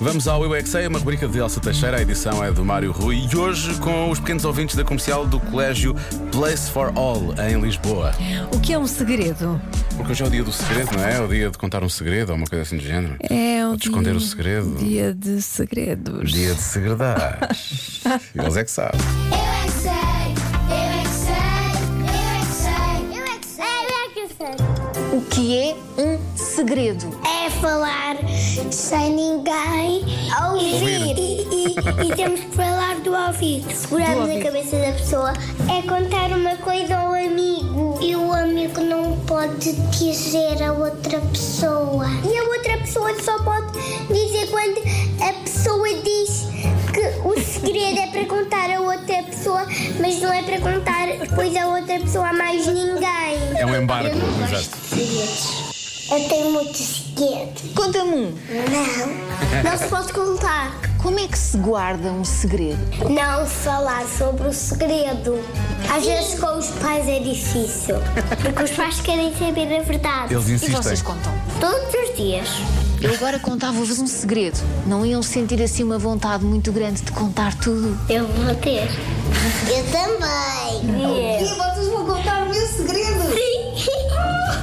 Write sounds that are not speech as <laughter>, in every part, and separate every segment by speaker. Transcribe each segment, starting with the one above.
Speaker 1: Vamos ao Eu é Que Sei, uma rubrica de Elsa Teixeira, a edição é do Mário Rui e hoje com os pequenos ouvintes da comercial do Colégio Place for All, em Lisboa.
Speaker 2: O que é um segredo?
Speaker 1: Porque hoje é o dia do segredo, não é? É o dia de contar um segredo ou uma coisa assim do género.
Speaker 2: É
Speaker 1: Ou
Speaker 2: um
Speaker 1: de esconder o segredo.
Speaker 2: Dia de segredos.
Speaker 1: Dia de segredar.
Speaker 2: <laughs>
Speaker 1: Eles é que sabem.
Speaker 3: Eu é que sei, eu é que sei, eu é que sei, eu é que sei, eu é que sei.
Speaker 4: O que é um segredo?
Speaker 3: É falar sem ninguém ouvir. E, e- e temos que falar do ouvir. Seguramos a cabeça da pessoa. É contar uma coisa ao amigo. E o amigo não pode dizer a outra pessoa. E a outra pessoa só pode dizer quando a pessoa diz que o segredo é para contar a outra pessoa, mas não é para contar depois a outra pessoa a mais ninguém.
Speaker 1: É um embargo,
Speaker 3: Eu não gosto
Speaker 1: exato.
Speaker 3: de segredos. Eu tenho muitos segredos.
Speaker 4: Conta-me um.
Speaker 3: Não, não se pode contar.
Speaker 4: Como é que se guarda um segredo?
Speaker 3: Não falar sobre o segredo. Às vezes com os pais é difícil, porque os pais querem saber a verdade.
Speaker 1: Eles
Speaker 4: E vocês
Speaker 1: insistem.
Speaker 4: contam.
Speaker 3: Todos os dias.
Speaker 4: Eu agora contava-vos um segredo. Não iam sentir assim uma vontade muito grande de contar tudo.
Speaker 3: Eu vou ter. Eu também.
Speaker 5: E vocês vão contar o meu segredo.
Speaker 3: <laughs>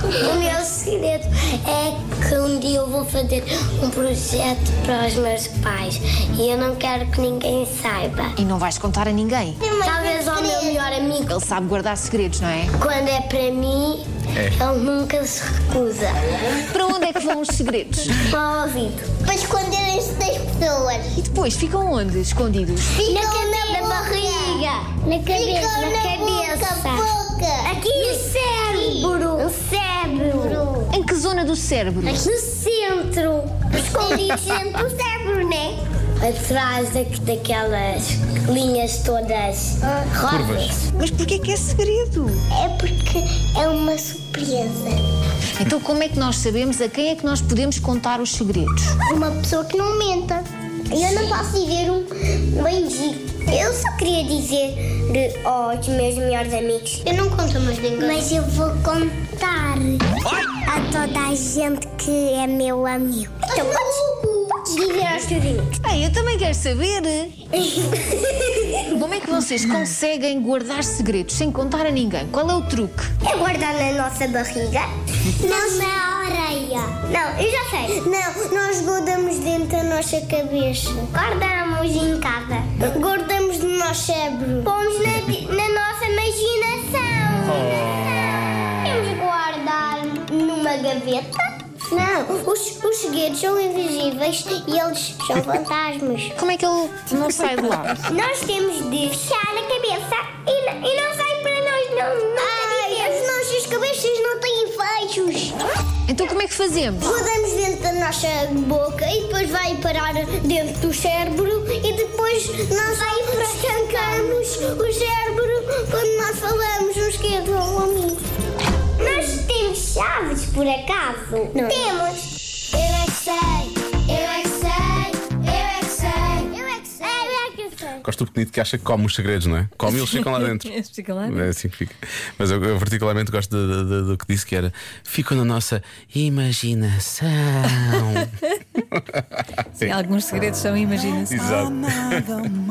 Speaker 3: O meu segredo é que um dia eu vou fazer um projeto para os meus pais e eu não quero que ninguém saiba.
Speaker 4: E não vais contar a ninguém.
Speaker 3: Talvez ao meu melhor amigo.
Speaker 4: Ele sabe guardar segredos, não é?
Speaker 3: Quando é para mim, ele nunca se recusa.
Speaker 4: Para onde é que vão os segredos?
Speaker 3: Para o ouvido. Para esconderem-se é das pessoas.
Speaker 4: E depois ficam onde? Escondidos?
Speaker 3: Ficam na, cabeça, na, barriga, na cabeça, na, cabeça. Aqui no cérebro. No cérebro.
Speaker 4: Em que zona do cérebro?
Speaker 3: No centro. Escondidos dentro do cérebro, né? Atrás da, daquelas linhas todas
Speaker 1: Curvas.
Speaker 4: Mas porquê que é segredo?
Speaker 3: Ah. É porque é uma surpresa.
Speaker 4: Então como é que nós sabemos a quem é que nós podemos contar os segredos?
Speaker 3: Uma pessoa que não menta. Eu não posso dizer um bendito. Eu só queria dizer de, aos meus melhores amigos. Eu não conto mais ninguém. Mas eu vou contar a toda a gente que é meu amigo. Então podes, podes dizer aos teus amigos.
Speaker 4: Ah, eu também quero saber.
Speaker 3: <laughs>
Speaker 4: Como é que vocês conseguem guardar segredos sem contar a ninguém? Qual é o truque?
Speaker 3: É guardar na nossa barriga. Não na areia. Não, eu já sei. Não, nós guardamos dentro da nossa cabeça. Guardamos em casa. Guardamos no nosso cérebro. Pomos na, na nossa imaginação. Temos que guardar numa gaveta. Não, os, os segredos são invisíveis e eles são fantasmas.
Speaker 4: Como é que ele não sai de lá?
Speaker 3: Nós temos de fechar a cabeça e, n- e não sai para nós, não. não Ai, as nossas cabeças não têm fechos.
Speaker 4: Então como é que fazemos?
Speaker 3: Rodamos dentro da nossa boca e depois vai parar dentro do cérebro e depois nós aí estancamos o cérebro quando nós falamos uns que vão amigo. Nós temos chaves por acaso? Temos. Eu é que sei, eu é que sei, eu é que sei, eu é que sei, eu é que sei.
Speaker 1: Gosto do pequenito que acha que come os segredos, não é? Come e eles ficam lá dentro.
Speaker 2: Eles ficam lá dentro.
Speaker 1: É assim que fica. Mas eu, eu particularmente gosto do, do- do que disse que era ficam na nossa imaginação.
Speaker 2: <laughs> Alguns segredos são imaginação.
Speaker 1: Exato.